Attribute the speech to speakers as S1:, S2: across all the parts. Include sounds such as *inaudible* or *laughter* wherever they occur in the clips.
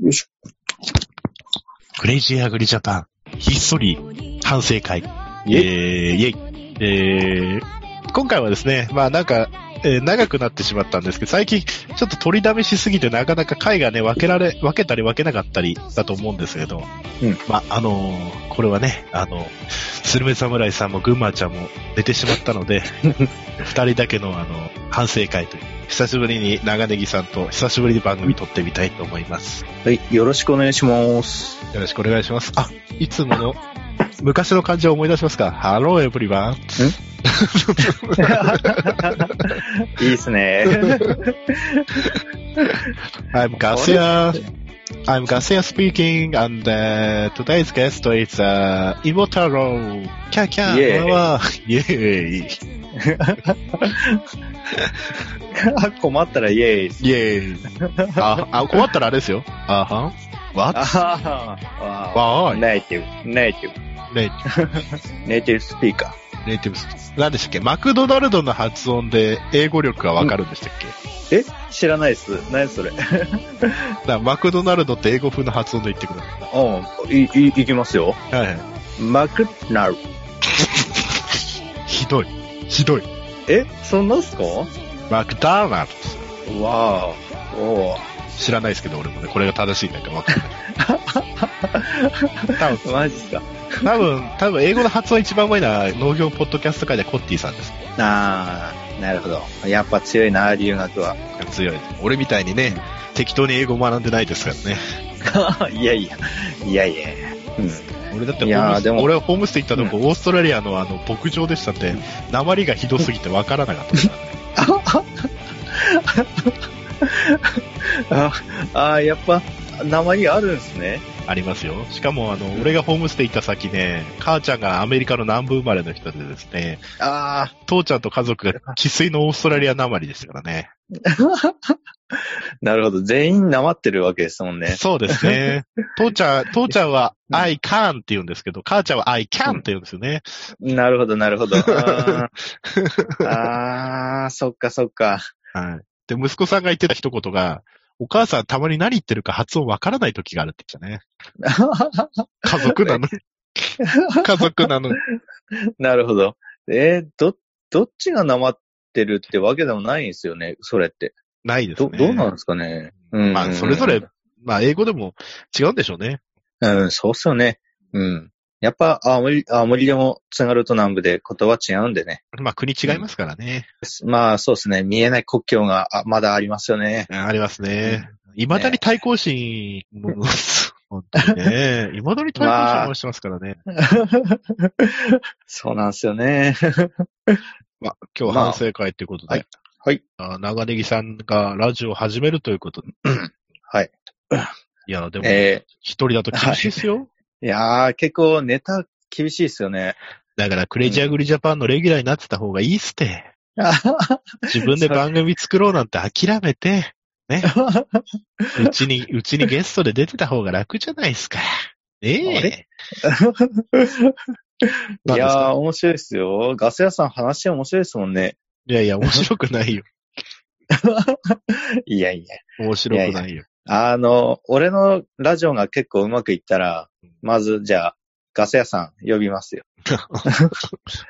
S1: よいしょ。
S2: クレイジーアグリジャパン、ひっそり反省会。えー、イ
S1: イ
S2: ェイ。えー、今回はですね、まあなんか、えー長くなってしまったんですけど、最近ちょっと取りだめしすぎてなかなか回がね、分けられ、分けたり分けなかったりだと思うんですけど、
S1: うん
S2: まああのーこれはね、あの、スルメ侍さんもぐんまちゃんも寝てしまったの
S1: *laughs*
S2: で、二人だけのあの、反省会という、久しぶりに長ネギさんと久しぶりに番組撮ってみたいと思います。
S1: はい、よろしくお願いし *laughs* ます。
S2: よろしくお願いします。あ、いつもの、昔の感じを思い出しますか ?Hello everyone.
S1: いいですね。
S2: I'm Garcia. I'm Garcia speaking and、uh, today's guest is、uh, Imotaro. キャーキャー
S1: Yay.
S2: *laughs* わーわーイェーイ
S1: 困ったらイエーイです。
S2: イェーイあ、あ、困ったらあれですよ。あはん ?What?
S1: ああ、
S2: Why?
S1: ネイティブ、ネイティ
S2: Native.
S1: ブ、ネイティブスピーカ
S2: Native. 何でしたっけマクドナルドの発音で英語力がわかるんでしたっけ、
S1: ー。え知らないっす。何 *laughs* それ。
S2: だからマクドナルドって英語風の発音で言ってくださ
S1: うん、い、い、いきますよ。
S2: い。はいはい。
S1: マクナル。
S2: ひどい。ひどい。
S1: えそんなんすか
S2: マクダーナルド。
S1: わーおお
S2: 知らないですけど、俺もね、これが正しいんだかわかんない。多分、
S1: マジっすか
S2: 多分、多分、英語の発音一番うまいのは農業ポッドキャスト界でコッティさんです。
S1: あー、なるほど。やっぱ強いな、留学は。 *laughs*
S2: 強い。俺みたいにね、適当に英語学んでないですからね。
S1: いやいや、いやいや。うん。
S2: 俺だってホ
S1: い
S2: ーム
S1: やー
S2: ス
S1: でも
S2: 俺はホームステイ行ったとこ、オーストラリアのあの、牧場でしたって、鉛がひどすぎてわからなかったからね。
S1: *laughs* ああ、やっぱ、鉛があるんですね。
S2: ありますよ。しかも、あの、俺がホームステイ行った先ね、母ちゃんがアメリカの南部生まれの人でですね、
S1: あ
S2: 父ちゃんと家族が生粋のオーストラリアなまりですからね。
S1: あ、なるほど。全員鉛ってるわけですもんね。
S2: そうです
S1: *laughs*
S2: ね。父ちゃん、父ちゃんは
S1: うん
S2: I can って言うんですけど、母ちゃんは I can って言うんですよね。
S1: なるほど、なる
S2: *laughs*
S1: ほど。あーあー、そっかそっか。 *laughs*
S2: はい。で、息子さんが言ってた一言が、お母さんたまに何言ってるか発音わからない時があるって言ってたね。家族なのに。
S1: *laughs*
S2: 家族なのに。
S1: なるほど。えーど、どっちが鉛ってるってわけでもないんですよね、それって。
S2: ないです
S1: ど、
S2: ね。
S1: どうなんですかね。うん。
S2: まあ、それぞれ。、まあ、英語でも違うんでしょうね。
S1: うん、そうっすよね。うん。やっぱ、青森、青森でも津軽と南部で言葉違うんでね。
S2: まあ、国違いますからね。
S1: まあ、そうですね。見えない国境があまだありますよね。
S2: ありますね。未だに対抗心、もの
S1: *laughs*
S2: 本当にね。未だに対抗心をしてますからね。
S1: そうなんですよね。
S2: まあ、今日は反省会ということで。
S1: はい
S2: あ。長ネギさんがラジオを始めるということで。
S1: はい。
S2: いや、でも、
S1: え
S2: 一人だと厳しいですよ。
S1: ーいやー、結構ネタ厳しいですよね。
S2: *laughs* だから、クレイジーアグリジャパンのレギュラーになってた方がいいっすって。自分で番組作ろうなんて諦め
S1: *laughs*
S2: て、ね。うちに、うちにゲストで出てた方が楽じゃないですか。
S1: あ
S2: ねえ *laughs*
S1: れ。
S2: 何
S1: い
S2: です
S1: やー、
S2: か
S1: 面白いですよ。ガス屋さん話面白いですもんね。
S2: いやいや、面白くないよ。
S1: いやいや。
S2: 面白く
S1: い
S2: ないよ。
S1: あの、俺のラジオが結構うまくいったら、まず、じゃあ、ガス屋さん呼びますよ。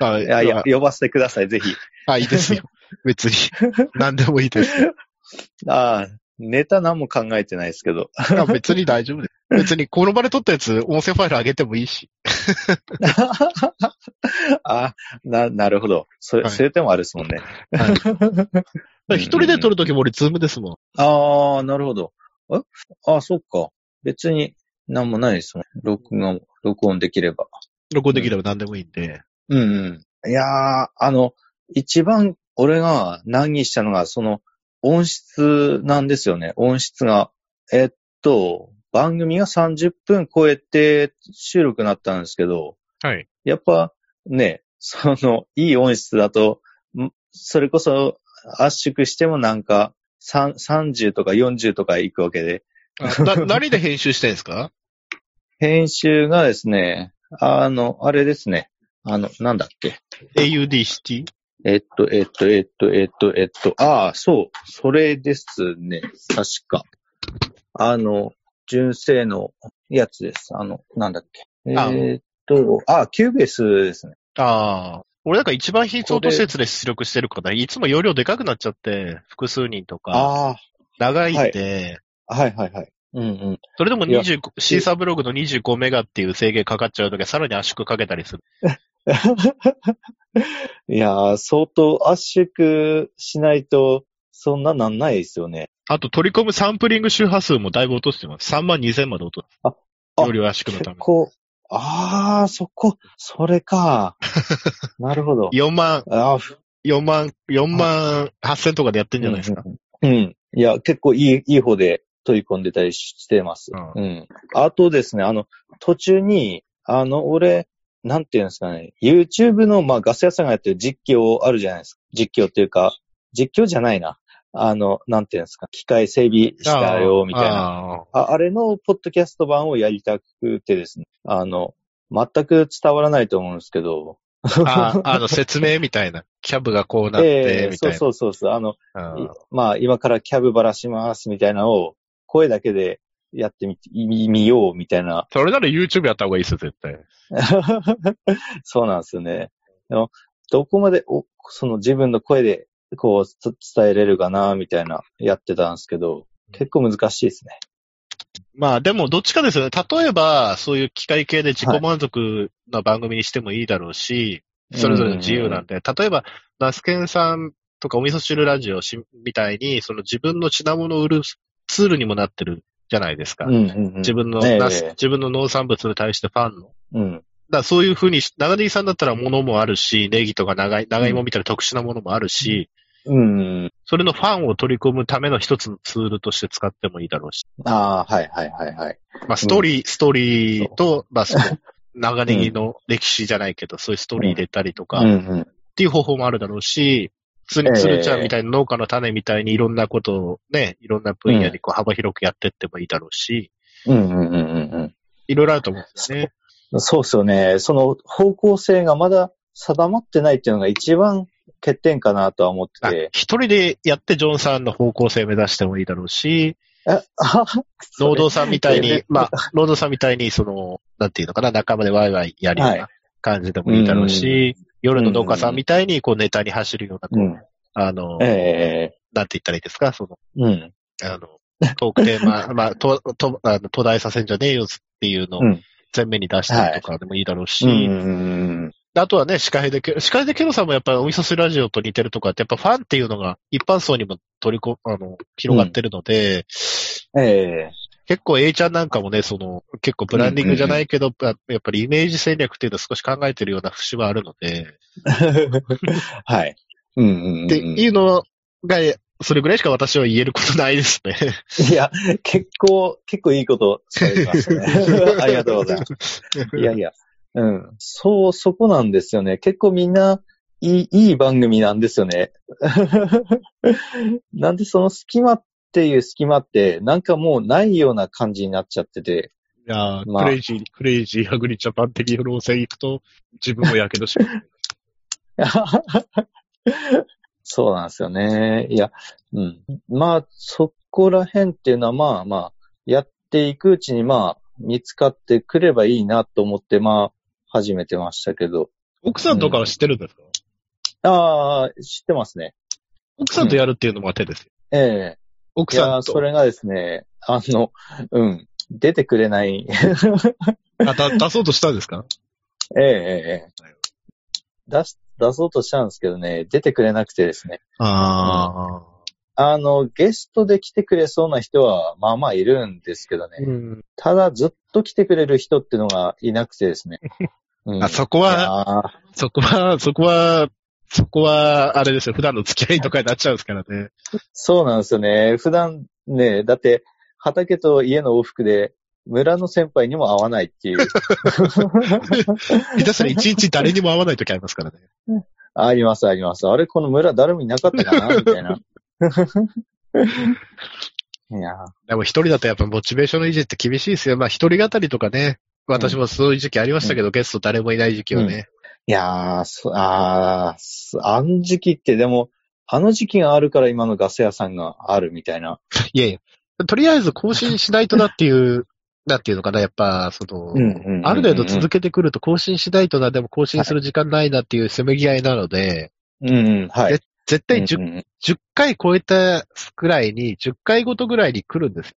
S2: あ、い
S1: いやいや、呼ばせてください、ぜひ。
S2: あ、いいですよ。別
S1: *laughs*
S2: に。何でもいいです。
S1: ああ、ネタ何も考えてないですけど。 *laughs*
S2: あ別に大丈夫です。別に、この場で撮ったやつ、音声ファイル上げてもいいし。
S1: あな、なるほど。そ
S2: は
S1: れ、
S2: い
S1: そういう手もあるですもんね。
S2: 一人で撮るときも俺、ズームですもん。
S1: ああ、なるほど。えああ、そっか。別に何もないですもん。録画も、録音できれば。
S2: 録音できれば何でもいいんで。
S1: うんうん。いやー、あの、一番俺が難儀したのが、その、音質なんですよね。音質が。えっと、番組が30分超えて収録になったんですけど、
S2: はい。
S1: やっぱね、その、いい音質だと、んそれこそ圧縮してもなんか、さん30とか40とかいくわけで、
S2: な、何で編集してんですか
S1: 編集がですね、あの、あれですね、あの、なんだっけ。
S2: ?AUD シティ
S1: えっと、えっと、えっと、えっと、えっと、ああ、そう、それですね、確か。あの、純正のやつです。あの、なんだっけ。え
S2: あ
S1: ーっと、あ、キューベースですね。
S2: ああ。俺なんか一番必要と施設で出力してるから、いつも容量でかくなっちゃって、複数人とか、
S1: あ
S2: 長いんで、
S1: あ、はいはいはい。うんうん。
S2: それでも
S1: いや
S2: 25、シーサーブログの25メガっていう制限かかっちゃうときはさらに圧縮かけたりする。
S1: *laughs* いやー、相当圧縮しないと、そんななんないですよね。
S2: あと取り込むサンプリング周波数もだいぶ落としてます。3万2000まで落とす。
S1: ああ
S2: 容量圧縮のため。
S1: 結構、ああ、そこ、そ
S2: *laughs*
S1: れか。なるほど。
S2: 4万、
S1: ああ、ふ
S2: 4万、4万8000とかでやってんじゃないですか。
S1: うん。うんいや、結構いい、いい方で取り込んでたりしてます。
S2: う
S1: うん。あとですね、あの、途中に、あの、俺、なんていうんですかね、YouTube の、まあ、ガス屋さんがやってる実況あるじゃないですか。実況っていうか、実況じゃないな。あの、なんていうんですか、機械整備したよ、みたいな。
S2: な。
S1: ああれのポッドキャスト版をやりたくてですね、あの、全く伝わらないと思うんですけど、
S2: ああ、あの説明みたいな。キャブがこうなっ
S1: え
S2: て、
S1: *laughs* え
S2: みた
S1: そ
S2: いうな。
S1: そうそうそう、あの、
S2: うん
S1: まあ、今からキャブばらしますみたいなのを、声だけでやってみみみようみたいな。 *laughs*
S2: それなら YouTube やった方がいいですよ、絶対。
S1: そうなんですよね。でもどこまでおその自分の声でこうつ伝えれるかな、みたいな、やってたんですけど、結構難しいですね。
S2: まあでもどっちかですよね。例えば、そういう機械系で自己満足な番組にしてもいいだろうし、それぞれの自由なんで、例えば、ナスケンさんとかお味噌汁ラジオしみたいに、その自分の品物を売るツールにもなってるじゃないですか。
S1: うんうんうん、
S2: 自分の
S1: ええ
S2: ナス、自分の農産物に対してファンの。
S1: うん。
S2: だからそういうふうにし、長ネギさんだったら物もあるし、ネギとか長い長芋みたいな特殊なものもあるし、
S1: うん。
S2: それのファンを取り込むための一つのツールとして使ってもいいだろうし。
S1: ああ、はいはいはいはい。
S2: まあ、ストーリー、ストーリーと、まあ、そ *laughs* の、長ネギの歴史じゃないけど、そういうストーリー入れたりとか、
S1: うん
S2: っ
S1: うん。
S2: ていう方法もあるだろうし、普通に鶴ちゃんみたいな農家の種みたいにいろんなことをね、いろんな分野にこう幅広くやってってもいいだろうし、
S1: うんうんうんうんうん。
S2: いろいろあると思うんですよね。
S1: そうですよね。その方向性がまだ定まってないっていうのが一番欠点かなとは思っ
S2: あ
S1: てて。
S2: 一人でやってジョンさんの方向性目指してもいいだろうし、
S1: あ、あ
S2: 労働さんみたい
S1: そ
S2: に
S1: れ、
S2: まあ、労働さんみたいに、その、なんていうのかな、仲間でワイワイやるよう
S1: は
S2: な感じでもいいだろうし、夜の農家さんみたいに、こう、ネタに走るような、こ
S1: う
S2: う、
S1: ん。
S2: あの、
S1: え
S2: なんて言ったらいいですか、その、
S1: えうん。
S2: あの、トークテー
S1: *laughs*
S2: マ、まあ、と、と、あの、途絶えさせんじゃねえよっていうのを
S1: うん
S2: 前面に出したりとかでもいいだろうし、
S1: うん。
S2: あとはね、シカヘデケロ、シカヘデケロさんもやっぱりお味噌汁ラジオと似てるとかって、やっぱファンっていうのが一般層にも取りこ、あの、広がってるので、
S1: ええ
S2: 結構 A ちゃんなんかもね、その、結構ブランディングじゃないけど、ややっぱりイメージ戦略っていうのを少し考えてるような節はあるので、
S1: はい。うんうんうん。
S2: っていうのが、それぐらいしか私は言えることないですね。
S1: いや、結構、結構いいことされてました *laughs* ね。ありがとうございます。
S2: *laughs*
S1: いやいや。うん。そう、そこなんですよね。結構みんな、いい、いい番組なんですよね。なんでその隙間っていう隙間って、なんかもうないような感じになっちゃってて。
S2: いやー
S1: まあ
S2: クレイジー、クレイジー、ハグリジャパン的路線行くと、自分もやけどし *laughs* ます。
S1: そうなんですよね。いや、うん。まあ、そこら辺っていうのは、まあまあ、やっていくうちに、まあ、見つかってくればいいなと思って、まあ、始めてましたけど。
S2: 奥さんとかは知ってるんですか、
S1: ああ、知ってますね。
S2: 奥さんとやるっていうのも手ですよ。
S1: ええ
S2: 奥
S1: いや
S2: さ
S1: ー、
S2: ん
S1: そ
S2: と。
S1: れがですね、あの、うん、出てくれない。 *laughs*
S2: あだ出そうとしたんですか
S1: ええええええ出し、出そうとしたんですけどね、出てくれなくてですね。
S2: あ
S1: あの、ゲストで来てくれそうな人は、まあまあいるんですけど
S2: ー、
S1: ね。
S2: うん
S1: ただ、ずっと来てくれる人ってのがいなくて
S2: *laughs*
S1: ですね。うん
S2: あ。そこは、
S1: あ
S2: そこは、そこは、そこは、あれですよ。普段の付き合いとかになっちゃうんですからね。
S1: そうなんですよね。普段ね、だって、畑と家の往復で、村の先輩にも会わないって
S2: *laughs*
S1: いう。
S2: 下手したら一日誰にも会わない時ありますからね。
S1: あります、あります。あれ、この村誰もいなかったか *laughs* なみたいな。いや
S2: でも一人だとやっぱモチベーションの維持って厳しいですよ。まあ一人語りとかね。私もそういう時期ありましたけど、ゲスト誰もいない時期はね。
S1: ー、いやー、そあーそあの時期ってでも、あの時期があるから今のガス屋さんがあるみたいな。
S2: いやいや、とりあえず更新しないとなって
S1: *laughs*
S2: いう、なんていうのかな、やっぱ、その、
S1: うんうんうんうん
S2: ある程度続けてくると更新しないとな、でも更新する時間ないなっていうせめぎ合いなので、
S1: うんうん、はい。
S2: 絶絶対 10,、
S1: うんうん
S2: 10回超えたくらいに、10回ごとぐらいに来るんですよ。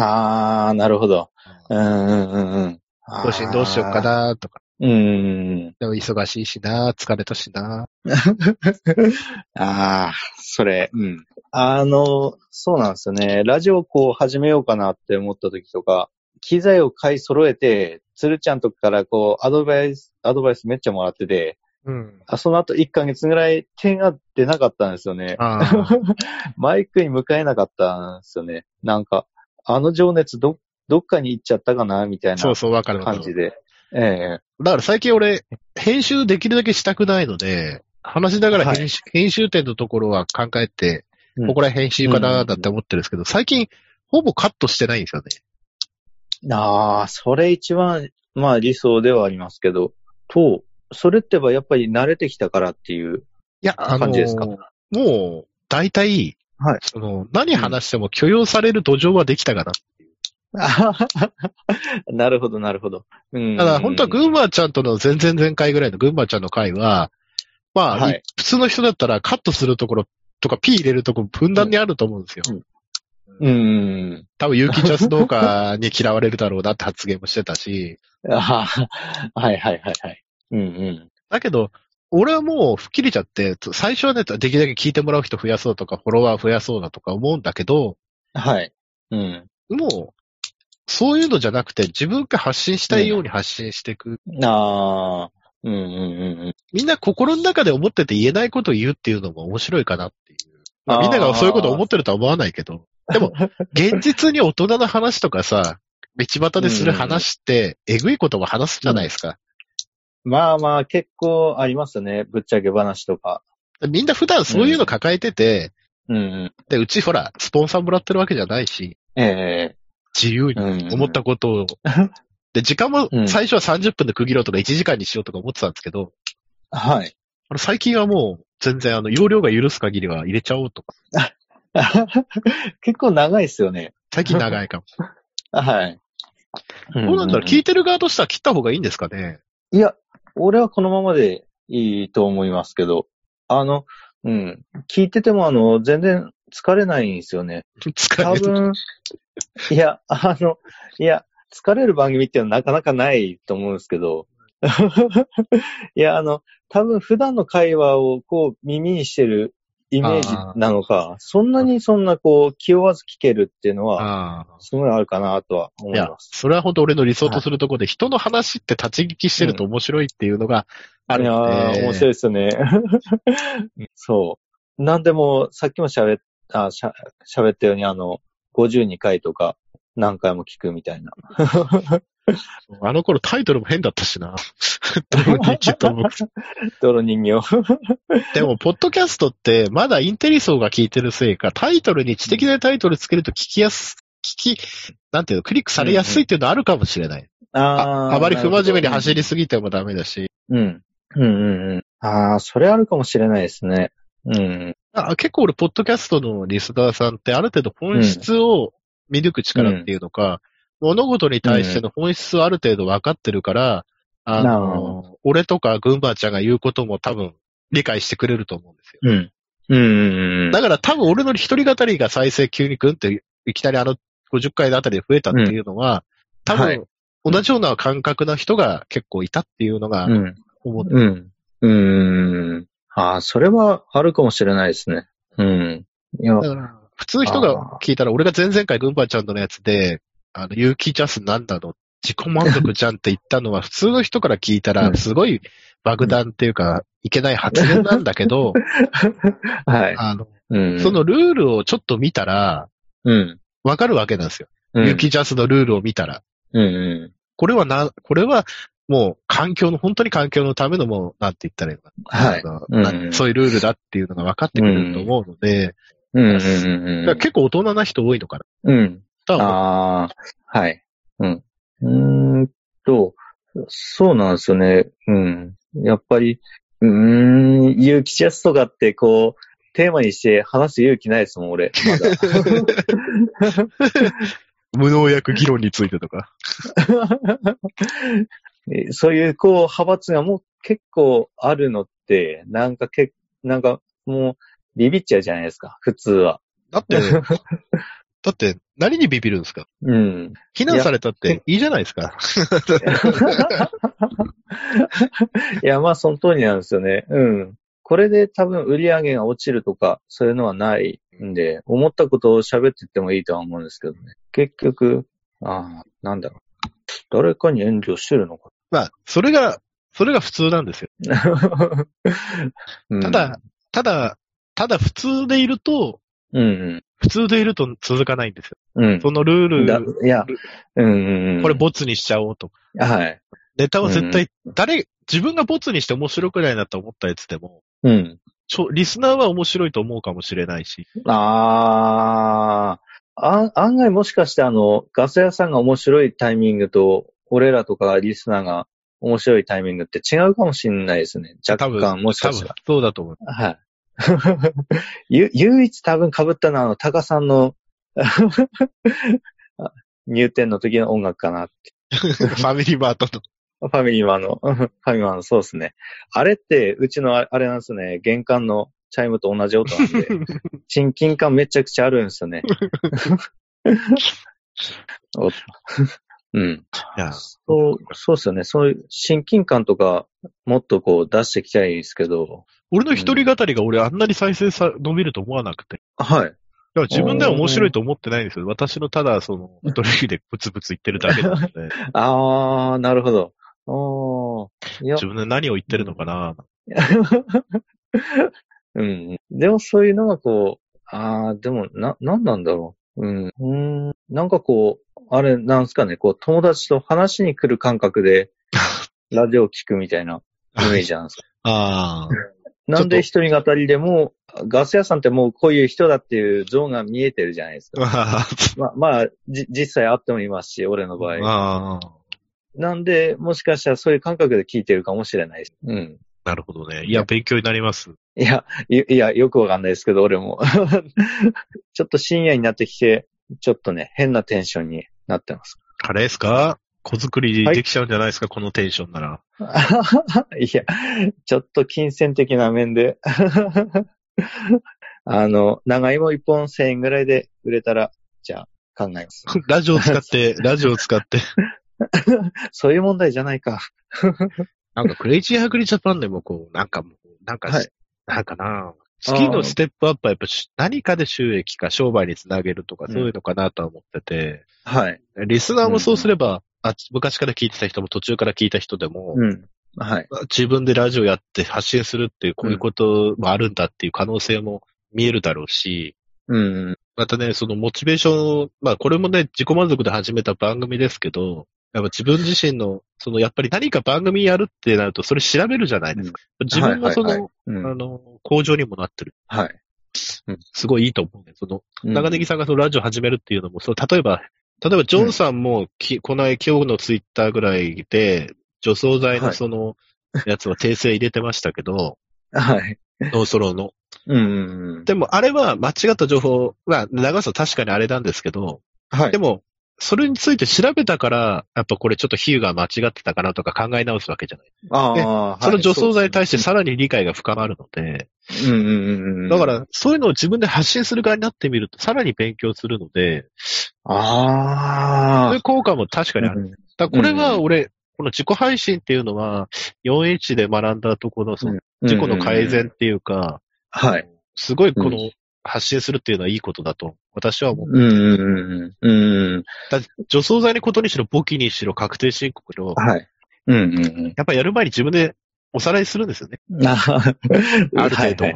S1: あー、なるほど。うんうんうんうん。
S2: 更新どうしようかなとか、
S1: うんうん
S2: でも忙しいしな、疲れたしな。
S1: うん。ああ、それ、うん。あの、そうなんですよね。ラジオこう始めようかなって思った時とか、機材を買い揃えて、つるちゃんとかからこう、アドバイス、アドバイスめっちゃもらってて、
S2: うん。
S1: あその後1ヶ月ぐらい点が出なかったんですよね。
S2: ああ。
S1: *laughs* マイクに向かえなかったんですよね。なんか、あの情熱ど、どっかに行っちゃったかな、みたい
S2: そ
S1: な
S2: うそう、わかるわかる
S1: 感じで。ええ
S2: だから最近俺、編集できるだけしたくないので、話しながら編集,、編集点のところは考えて、
S1: うん
S2: ここら編集かなーなんて思ってるんですけど、最近、ほぼカットしてないんですよね。
S1: ああ、それ一番、まあ理想ではありますけど、と、それってばやっぱり慣れてきたからって
S2: *laughs*
S1: いう。
S2: いや、あの
S1: 感じですか
S2: ー、もう、大体、
S1: はい
S2: その、何話しても許容される土壌はできたかな。
S1: なるほど、なるほど。うん。
S2: ただ、本当は群馬ちゃんとの前々前回ぐらいの群馬ちゃんの回は、まあ、
S1: はい
S2: 普通の人だったらカットするところとか P 入れるところ、ふんだんにあると思うんですよ。
S1: うんうん。
S2: 多分、有機ジャス農家に嫌われるだろうなって発言もしてたし、
S1: ああ、はいはいはいはい。うんうん。
S2: だけど、俺はもう吹っ切れちゃって、最初はね、できるだけ聞いてもらう人増やそうとか、フォロワー増やそうだとか思うんだけど、
S1: はい。うん。
S2: もう、そういうのじゃなくて、自分が発信したいように発信していく。
S1: ああ、うんうんうんうん。
S2: みんな心の中で思ってて言えないことを言うっていうのも面白いかなっていう。まあ
S1: あー
S2: みんながそういうこと思ってるとは思わないけど。で *laughs* も、現実に大人の話とかさ、道端でする話って、えぐいことも話すじゃないですか。
S1: まあまあ、結構ありますね。ぶっちゃけ話とか。
S2: みんな普段そういうの抱えてて、
S1: うんうん。
S2: で、うちほら、スポンサーもらってるわけじゃないし、
S1: え
S2: 自由
S1: えう
S2: に
S1: んうん。
S2: 思ったこと
S1: *laughs*
S2: を。で、時間も
S1: うん
S2: 最初は30分で区切ろうとか1時間にしようとか思ってたんですけど、
S1: はい。 *laughs*
S2: あの最近はもう全然あの、容量が許す限りは入れちゃおうとか、
S1: 結構長いですよね。
S2: 最近長いかも。
S1: はい。ど
S2: どうなんだろう聞いてる側としては切った方がいいんですかね
S1: いや、俺はこのままでいいと思いますけど、あの、うん、聞いててもあの、全然疲れないんですよね。
S2: 疲
S1: 多
S2: れる。
S1: 分、いや、あの、いや、疲れる番組っていうのはなかなかないと思うんですけど、 *laughs* いや、あの、多分普段の会話をこう耳にしてるイメージなのか、そんなにそんなこう気負わず聞けるっていうのは、
S2: ああ
S1: すごいあるかなとは思
S2: い
S1: い
S2: や
S1: ま、す。
S2: それは本当俺の理想とするところで、人の話って立ち聞きしてると面白いっていうのがある
S1: いや
S2: の
S1: ー
S2: で。
S1: 面白いですよね。 *laughs* そう。なんでも、さっきも喋っあしゃ喋ったように、あの、52回とか何回も聞くみたいな。
S2: あの頃タイトルも変だったしな。 *laughs* 泥人気と僕
S1: 泥人形。
S2: でも、ポッドキャストって、まだインテリ層が聞いてるせいか、タイトルに知的なタイトルつけると聞きやす、聞き、なんていうの、クリックされやすいっていうのあるかもしれない。あ
S1: あー
S2: あまり不真面目に走
S1: なる
S2: りすぎてもダメだし、
S1: ほどうん。うんうんうん。ああ、それあるかもしれないですね。うん。
S2: あ結構俺、ポッドキャストのリスナーさんって、ある程度本質を見抜く力っていうのか、物事に対しての本質をある程度分かってるから、あ
S1: なるほ
S2: の、俺とか群馬ちゃんが言うことも多分理解してくれると思うんですよ。
S1: うん。うんうんうん。
S2: だから多分俺の一人語りが再生急にグンっていきなりあの50回のあたりで増えたっていうのは、多
S1: は
S2: 分
S1: い
S2: 同じような感覚の人が結構いたっていうのが
S1: うん。
S2: 思って、
S1: うん。うん。ああ、それはあるかもしれないですね。うん。いや、
S2: だから普通の人が聞いたら俺が前々回群馬ちゃんとのやつで、あの、有機ジャスなんだの自己満足じゃんって言ったのは普通の人から聞いた
S1: う
S2: ら
S1: ん
S2: すごい爆弾っていうかいけない発言なんだけど、
S1: はい。
S2: あの、
S1: うん。
S2: そのルールをちょっと見たら
S1: うん、
S2: わかるわけなんですよ。
S1: うん。
S2: 有機ジャスのルールを見たら。
S1: うんう
S2: これはな、これは、もう、環境の、本当に環境のためのもう、なんて言ったらいいのかな。
S1: はい
S2: あの
S1: うん
S2: なそういうルールだっていうのが分かってくれると思うので、
S1: ん。うんうん
S2: だから結構大人な人多いのかな。
S1: うん。うん。
S2: 多分
S1: ああ、はい。うん。うーんと、そうなんですよね。うん。やっぱり、うーん、有機ジャスとかってこう、テーマにして話す勇気ないですもん、俺。まだ。
S2: *laughs* 無農薬議論についてとか。
S1: えそういう、こう、派閥がもう結構あるのって、なんかけ、なんかもう、ビビっちゃうじゃないですか、普通は。
S2: だ
S1: *laughs*
S2: って、だって、何にビビるんですか
S1: うん。
S2: 非難されたっていいじゃないですか。
S1: いや、まあ、その通りなんですよね。うん。これで多分売り上げが落ちるとか、そういうのはないんで、思ったことを喋ってってもいいとは思うんですけどね。結局、ああ、なんだろう。誰かに遠慮してるのか。 *laughs*
S2: まあ、それが、それが普通なんですよ。
S1: うん
S2: ただ、、ただ、ただ普通でいると、
S1: うん、
S2: 普通でいると続かないんですよ。
S1: うん。
S2: そのルー
S1: だ
S2: ル、
S1: いや、うんうんうん。
S2: これボツにしちゃおうとか。
S1: はい。
S2: ネタは絶対、誰、自分がボツにして面白くないなと思ったやつでも、
S1: うん。
S2: ちょ、リスナーは面白いと思うかもしれないし、
S1: ああ、あ案外もしかしてあの、ガス屋さんが面白いタイミングと、俺らとかリスナーが面白いタイミングって違うかもしれないですね。若
S2: 多
S1: 干、
S2: 分、
S1: もし
S2: 多
S1: かした
S2: 分
S1: ら。、
S2: そうだと
S1: *laughs*
S2: 思う。
S1: はい。 *laughs* ゆ唯一多分被ったのは、あの、タカさんの *laughs* 入店の時の音楽かな。
S2: ファミリーバートと。
S1: ファミリーマンの、うん *laughs* ファミマの、そうですね。あれって、うちのああれなんですね、玄関のチャイムと同じ音なんで、親近感めちゃくちゃあるんですよね。おうん。
S2: いや、
S1: そう、そうですよね。そういう親近感とか、もっとこう出してきたいんですけど。
S2: 俺の一人語りが俺あんなに再生さ、伸びると思わなくて。
S1: はい。
S2: だから自分では面白いと思ってないんですよ。私のただ、その、一人でブツブツ言ってるだけなの
S1: *laughs*
S2: で、
S1: あー、なるほど。おー。いや
S2: 自、分で何を言ってるのかな、
S1: うん。でもそういうのがこう、ああ、でもな、なんなんだろう。うん。うんなんかこう、あれなんですかね、こう、友達と話しに来る感覚で、ラジオ聞くみたいなイメージなんですか。
S2: *laughs* ああ。
S1: なんで一人語りでも、ガス屋さんってもうこういう人だっていう像が見えてるじゃないですか。
S2: あ
S1: まあ、まあ、じ、実際あってもいますし、俺の場合。
S2: あ。
S1: なんで、もしかしたらそういう感覚で聞いてるかもしれないし。うん。
S2: なるほどね。いや、勉強になります。
S1: いや、いいや、よくわかんないですけど、俺も。 *laughs* ちょっと深夜になってきて、ちょっとね、変なテンションになってます。 *laughs*
S2: あれですか子作りできちゃうんじゃないですか、このテンションなら。
S1: いや、ちょっと金銭的な面で。 *laughs* あの、長芋一本1000円ぐらいで売れたら、じゃあ考えます。
S2: *laughs* ラジオ使って、ラジオ使って。
S1: そういう問題じゃないか。
S2: *laughs* なんか、クレイジーハグリジャパンでもこう、なんかもう、なんかし、
S1: はい
S2: なんかな月のステップアップはやっぱし何かで収益か商売につなげるとか
S1: うん
S2: そういうのかなとは思ってて、
S1: はい。
S2: リスナーもそうすれば、あ昔から聞いてた人も途中から聞いた人でも、
S1: うん。はい。
S2: 自分でラジオやって発信するっていうこういうこともあるんだっていう可能性も見えるだろうし、
S1: うん。
S2: またね、そのモチベーション、まあこれもね、自己満足で始めた番組ですけど、やっぱ自分自身の、そのやっぱり何か番組やるってなると、それ調べるじゃないですか。自分のその、
S1: はいはいうん
S2: あの、向上にもなってる。
S1: はい。
S2: すごいいいと思うね。その、
S1: うん
S2: 長ネギさんがそのラジオ始めるっていうのも、そう、例えば、例えばジョンさんも、きこの間今日のツイッターぐらいで、除草剤の
S1: はい
S2: その、やつは訂正入れてましたけ
S1: *laughs*
S2: ど、
S1: はい。
S2: ノーソロの。
S1: うん。
S2: でも、あれは間違った情報、まあ、長さ確かにあれなんですけど、
S1: はい
S2: で。も、それについて調べたから、やっぱこれちょっと比喩が間違ってたかなとか考え直すわけじゃない。
S1: ああ、
S2: その除草剤に
S1: 対
S2: 対してさらに理解が深まるので、
S1: して。うんうんうん。
S2: だか、らそういうのを自分で発信する側になってみるとさらに勉強するので、
S1: あ
S2: そう
S1: あ
S2: いう。効果も確かにある。
S1: うん
S2: だからこれは
S1: うん
S2: 俺、この自己配信っていうのは、4H で学んだところのその自己の改善っていうか、
S1: はい。
S2: すごいこ
S1: う
S2: の発信するっていうのはいいことだと、私は思う。
S1: うんうんうんうん。うん。
S2: だって除草剤のことにしろ、簿記にしろ、確定申告にしろ、
S1: はい。うんうん
S2: やっぱやる前に自分でおさらいするんですよね。 *laughs*
S1: うん。あ
S2: ある程度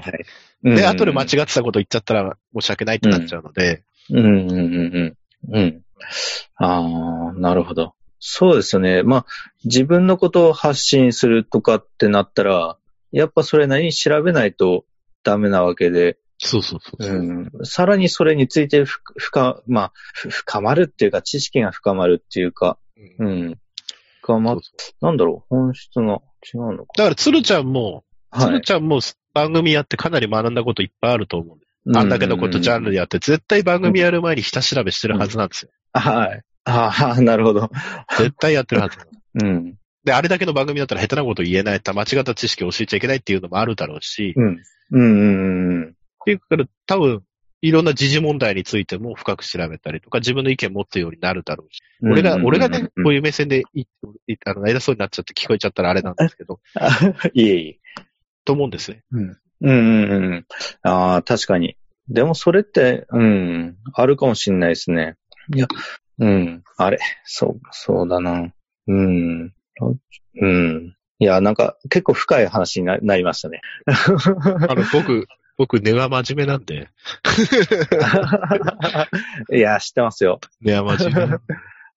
S2: で、後で間違ってたこと言っちゃったら申し訳ないってなっちゃうので、
S1: うんうんうんうん。うん。ああ、なるほど。そうですよね。まあ、自分のことを発信するとかってなったら、やっぱそれなりに調べないとダメなわけで、
S2: そうそうそうそう。
S1: うん、さらにそれについてふ深、まあ、ふ深まるっていうか、知識が深まるっていうか、
S2: う
S1: うんん。深まっ
S2: そうそう
S1: なんだろう、本質が違うのか。
S2: だから、鶴ちゃんも、
S1: は
S2: 鶴
S1: い。
S2: ちゃんも、番組やってかなり学んだこといっぱいあると思う。
S1: うん
S2: あんだけのことジャンルでやって、絶対番組やる前に下調べしてるはずなんですよ。
S1: はい。あ *laughs* あ、なるほど。
S2: 絶対やってるはず。
S1: うん。
S2: で、あれだけの番組だったら下手なこと言えない、間違った知識を教えちゃいけないっていうのもあるだろうし、
S1: うん。うんうん。
S2: っていうから多分、いろんな時事問題についても深く調べたりとか、自分の意見持つようになるだろうし、
S1: うん
S2: 俺が、俺がね、こう
S1: い
S2: いう目線でい、いあの、偉そうになっちゃって聞こえちゃったらあれなんですけど、
S1: うん。いえいえ。
S2: と思うんですね。
S1: うんうんうん。ああ、確かに。でもそれって、うん、あるかもしんないですね。いや、うん、あれ、そう、そうだな。うん、うん。いや、なんか結構深い話にななりましたね。
S2: あ
S1: *laughs*
S2: の、僕、僕、根は真面目なんで、
S1: *laughs* いや、知ってますよ。
S2: 根は真面目 *laughs* なん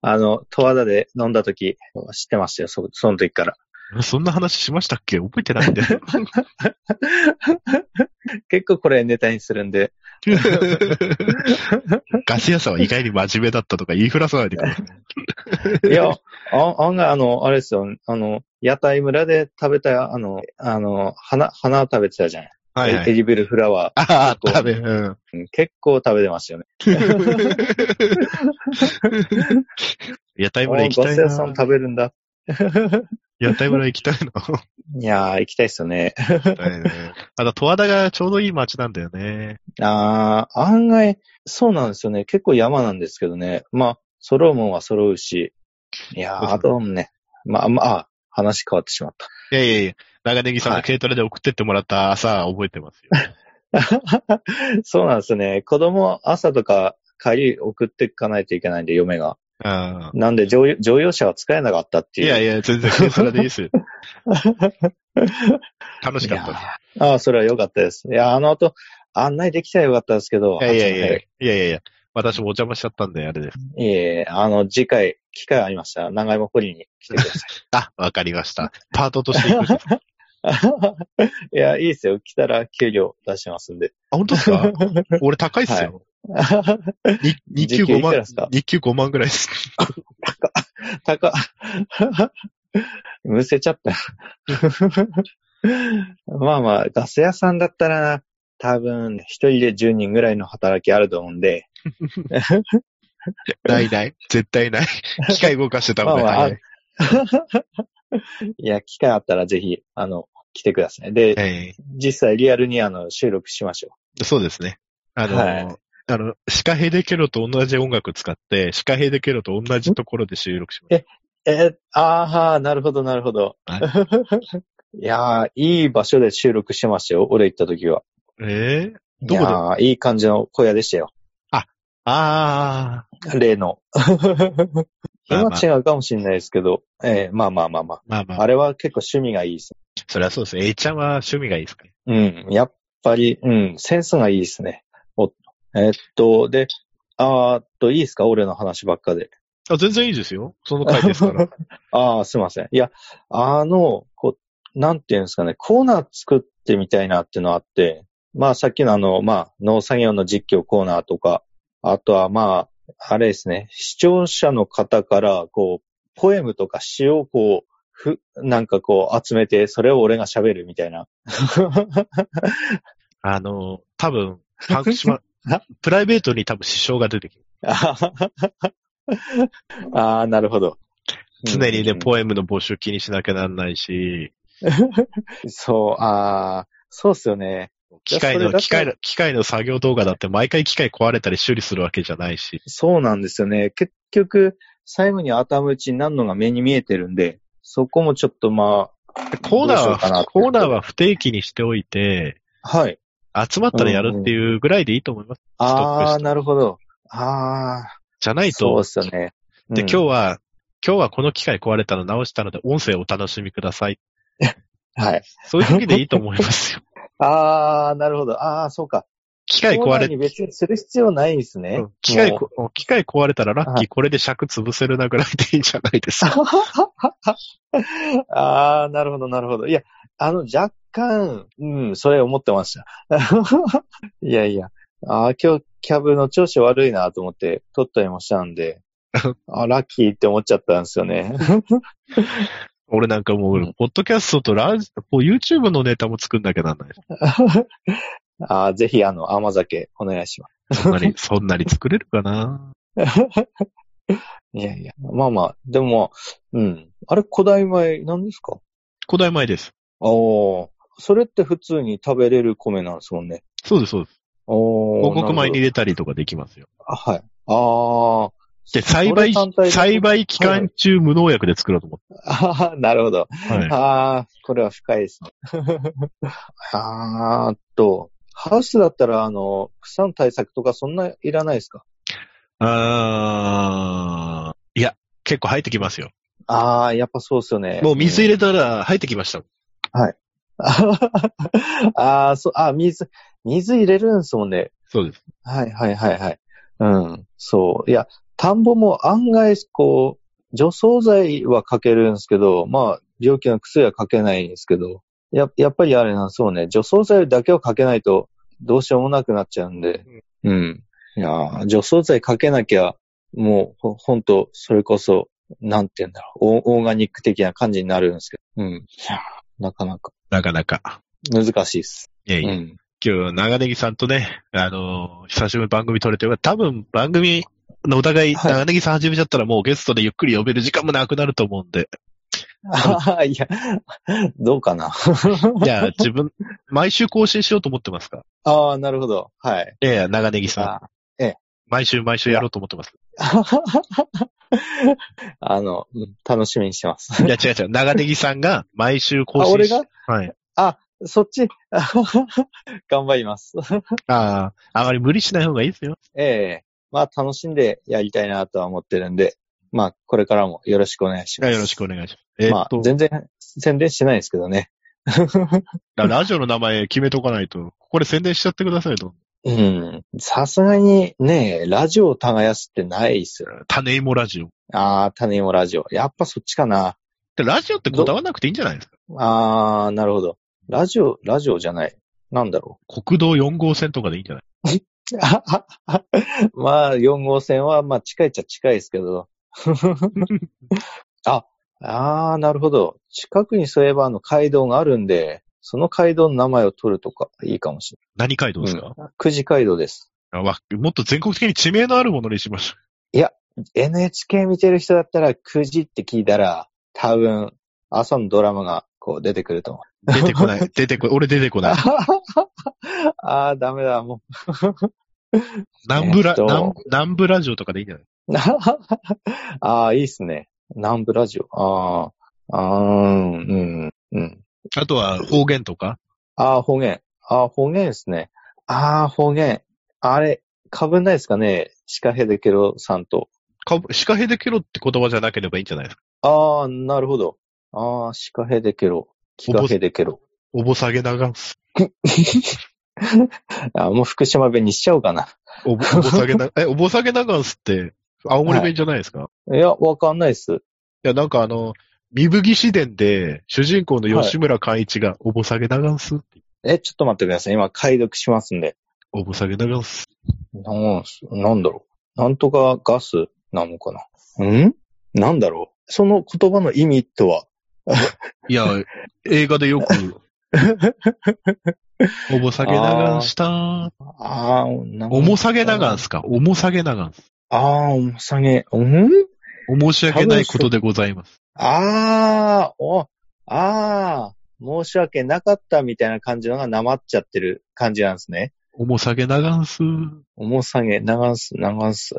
S1: あの、十和田で飲んだ時、知ってましたよ。そ、その時から。
S2: で。そんな話しましたっけ覚えて
S1: *laughs*
S2: ないんだよ。
S1: 結構これネタにするんで、
S2: ガス屋さんは意外に真面目だったとか言いふらさないでください。
S1: いや、あ案外、あの、あれですよ、あの、屋台村で食べた、あの、あの、花、花を食べてたじゃない。
S2: はいは
S1: エ
S2: い。
S1: リベルフラワ
S2: ああ、食べ、
S1: *laughs*
S2: うん。
S1: ー、うん結構食べてましたよね。
S2: 屋台
S1: お
S2: 村行き
S1: ガ
S2: たい
S1: ス屋さん
S2: な。
S1: 食べるんだ。
S2: 屋台村行きたい
S1: *laughs*
S2: な。
S1: いやー、行きたいっすよね。
S2: *laughs* あと、十和田がちょうどいい街なんだよね。
S1: あー、案外、そうなんですよね。結構山なんですけどね。まあ、揃うもんは揃うし。いや
S2: そ
S1: ー、あ
S2: うそ
S1: とね、まあ、まあ、話変わってしまった。
S2: いやいやいや、長ネギさんが軽トラで送ってってもらった朝覚えてますよ。 *laughs*
S1: そうなんですね。子供朝とか帰り送っていかないといけないんで、嫁が。
S2: ああ
S1: なんで乗用、乗用車は使えなかったって
S2: い
S1: いう。
S2: やいや、全然軽トラでいい
S1: *laughs*
S2: ですよ。楽しかったです。
S1: ああ、それは良かったです。いや、あの後、案内できたらよかったですけど。
S2: いやいやいや、いやいやいや、私もお邪魔しちゃったんで、あれです。
S1: いえいえ、あの、次回、機会ありましたら、長芋掘りに来てくだ
S2: あ、わかりました。パートとして行くん
S1: *laughs*
S2: です。あ、
S1: さい。い *laughs* や、いいですよ。来たら給料出しますんで。
S2: 本当ですか俺高いっすよ。に日給
S1: 時給
S2: 5
S1: いくら
S2: 万
S1: ですか、
S2: 日給5万ぐらいです。
S1: 高っ。むせちゃった。まあまあ、ガス屋さんだったら、多分、一人で10人ぐらいの働きあると思うんで、
S2: ないない。絶対ない。機械動かしてたので、
S1: まあまあ
S2: はい。
S1: いや、機会あったらぜひ、あの、来てください。で、
S2: え
S1: 実際リアルにあの、収録しましょ
S2: えそうですね。あの、
S1: はい
S2: あの、シカヘデケロと同じ音楽使って、シカヘデケロと同じところで収録しました。
S1: う。えーあー、なるほど、なるほど。 *laughs* いやー、いい場所で収録してましたよ。俺行った時は。
S2: ええ
S1: い
S2: どこで
S1: やーいい感じの小屋でしたよ。
S2: ああ、*laughs*
S1: 例の。
S2: まあま
S1: 今
S2: あ
S1: 違うかもしれないですけど、えーまあまあまあま
S2: まあま
S1: あ。
S2: あ、
S1: あれは結構趣味がいいです
S2: それはそうですね。A ちゃんは趣味がいいですかね。
S1: ね。うん。やっぱり、うん、センスがいいですね。おえーっと、で、あーっと、いいですか俺の話ばっかで。
S2: あ、全然いいですよ。その回です
S1: *laughs*
S2: から。
S1: ああ、すいません。いや、あの、こう、なんていうんですかね、コーナー作ってみたいなっていうのあって、まあさっきのあの、まあ、農作業の実況コーナーとか、あとはまあ、あれですね、視聴者の方から、こう、ポエムとか詩をこう、ふ、なんかこう集めて、それを俺が喋るみたいな。
S2: あの、多分、パンク
S1: *laughs*
S2: しま、プライベートに多分支障が出てきます。
S1: ああ、なるほど。
S2: 常にね、
S1: うん
S2: ポエムの募集気にしなきゃなんないし、
S1: そう、ああ、そうっすよね。
S2: 機械
S1: それ
S2: の、
S1: だと
S2: 機械の、機械の作業動画だって毎回機械壊れたり修理するわけじゃないし。
S1: そうなんですよね。結局、最後に頭打ちになるのが目に見えてるんで、そこもちょっとま
S2: コーナー
S1: どうしようかなっ
S2: は、
S1: て
S2: コーナーは不定期にしておいて、
S1: あ、はい。
S2: 集まったらやるっていうぐらいでいいと思います。ストップ
S1: あ
S2: し
S1: あ、
S2: て
S1: なるほど。あ
S2: じゃな
S1: あ、
S2: い
S1: そう
S2: と
S1: で、すよね。
S2: で、
S1: うん
S2: 今日は、今日はこの機械壊れたの直したので音声をお楽しみください。
S1: はい。
S2: そういう時でいいと思い
S1: *laughs*
S2: ますよ。
S1: ああ、なるほど。ああ、そうか。
S2: 機械
S1: コー
S2: 壊
S1: ナー
S2: れ、
S1: に別にする必要ないんですね。
S2: うん機械
S1: もう
S2: こ、機械壊れたらラッ
S1: は
S2: キーこれで尺潰せるなぐらいでいいんじゃないですか。
S1: *laughs* ああ、なるほど、なるほど。いや、あの、若干、うん、それ思ってました。 *laughs* いやいや、ああ、今日、キャブの調子悪いなと思って、
S2: *laughs*
S1: 撮ったりもしたんで、あラッキーって思っちゃったんですよね。
S2: 俺なんかもう、
S1: うん
S2: ポッドキャストとラジ、こう YouTube のネタも作んなきゃなんない。
S1: *laughs* あーぜひ、あの、甘酒、お願いします。
S2: そんなに、そんなに作れるかない
S1: やいや。まあまあ、でも、うん。あれ、古代米なんですか
S2: 古代米です。
S1: ああ。それって普通に食べれる米なんですもんね。
S2: そうです、そうです。
S1: お
S2: 広告米に入
S1: れ
S2: れたりとかできますよ。
S1: あ、はい。ああ。
S2: で、栽培
S1: それ単体、で
S2: 栽培期間中無農薬で作ろうと思っ
S1: ああ、 *laughs* なるほど。
S2: て。はい。
S1: ああ、これは深いですね。 *laughs* あーっと、ハウスだったら、あの、副産対策とかそんないらないですか
S2: あー、いや、結構入ってきますよ。
S1: ああ、やっぱそうですよね。
S2: もう水入れたら入ってきましたもん。
S1: *laughs* ああ、そう、あ水、水入れるんですもんね。
S2: そうです。
S1: はいはいはいはい。うん、そう。いや、田んぼも案外、こう、除草剤はかけるんですけど、まあ、病気の薬はかけないんですけど、や、やっぱりあれなんそうね、除草剤だけをかけないと、どうしようもなくなっちゃうんで、うん。いやー除草剤かけなきゃ、もう、ほ、ほんと、それこそ、なんて言うんだろう、オーオーガニック的な感じになるんですけど、うん。いやーなかなか
S2: なかなか。
S1: 難しいです。
S2: いや
S1: う
S2: いや、
S1: ん。 *laughs*
S2: 今日、長ネギさんとね、あのー久しぶりに番組撮れてよかった、多分番組のお互い、
S1: はい
S2: 長ネギさん始めちゃったらもうゲストでゆっくり呼べる時間もなくなると思うん
S1: *laughs*
S2: で、
S1: ああ、いや、どうかな。
S2: じゃあ自分、毎週更新しようと思ってますか
S1: ああ、なるほど。はい。
S2: ええ、長ネギさん。
S1: あ
S2: 毎週毎週やろうと思ってます。
S1: *laughs* あの、うん楽しみにしてます
S2: い。や、違う違う。長ネギさんが毎週更
S1: あ、
S2: 新
S1: 俺が
S2: はい。
S1: そっち *laughs* 頑張ります。
S2: ああ、あまり無理しない方がいいですよ。
S1: ええまあ、楽しんでやりたいなとは思ってるんで、まあ、これからもよろしくお願いし
S2: いや
S1: ます。
S2: よろしくお願いします。え
S1: ま
S2: ーっ
S1: あ
S2: と、、
S1: 全然宣伝してないですけどね。 *laughs*
S2: ラジオの名前決めとかないと、これ宣伝しちゃってくださいと。
S1: うん。さすがにね、ラジオを耕すってないっすよ。
S2: 種芋ラジオ。
S1: ああ、種芋ラジオ。やっぱそっちかな。
S2: で、ラジオってこだわらなくていいんじゃないですか
S1: ああ、なるほど。ラジオ、ラジオじゃない。なんだろう。
S2: 国道4号線とかでいいんじゃない
S1: あああ *laughs* まあ、4号線は、まあ、近いっちゃ近いですけど。あ、ああ、なるほど。近くにそういえば、あの、街道があるんで、その街道の名前を取るとか、いいかもし
S2: 何街道です
S1: う
S2: か、
S1: れない。久慈街道です。
S2: あわもっと全国的に地名のあるものにしましょ
S1: NHK 見てる人だったら、久慈って聞いたら、多分、朝のドラマが、こう、出てくると思う。 *laughs*
S2: *laughs* う。出てこない。出てこ、俺出てこない。
S1: ああ、ダメだ、もう。
S2: 南部
S1: え
S2: ラ
S1: っ、と
S2: 南南部ラジオとかでいいんじゃない
S1: *laughs* ああ、いいっすね。南部ラジオ。ああ、あーうん、うん。
S2: あとは方言とか
S1: ああ、方言。ああ、方言ですね。ああ、方言。あれ、被んないですかねシカヘデケロさんと。
S2: か、シカヘデケロって言葉じゃなければいいんじゃないですか
S1: ああ、なるほど。ああ、シカヘデケロ。キカヘデケロ。
S2: おぼさげながんす。
S1: あもう福島弁にしちゃおうかな。
S2: おぼ、おぼさげな、 *laughs* え、おぼさげながんすって、青森弁じゃないですか、い、
S1: いや、わかんないっす。
S2: や、なんかあの、三吹義伝で、主人公の吉村寛一が、おぼさげながんすって、
S1: え、ちょっと待ってください。今、解読しますんで。
S2: おぼさげながんす。
S1: なんす、なんだろう。なんとかガスなのかな。んなんだろう。その言葉の意味とはい
S2: や、映画でよく、おぼさげながんした。
S1: ああ、なんか
S2: おもさげながんすかおもさげながんす。
S1: ああ、重さげ。うん
S2: お申し訳ないことでございます。
S1: ああ、お、ああ、申し訳なかったみたいな感じのがなまっちゃってる感じなんですね。
S2: おもさげながんす。
S1: 重さげ、流す、流す。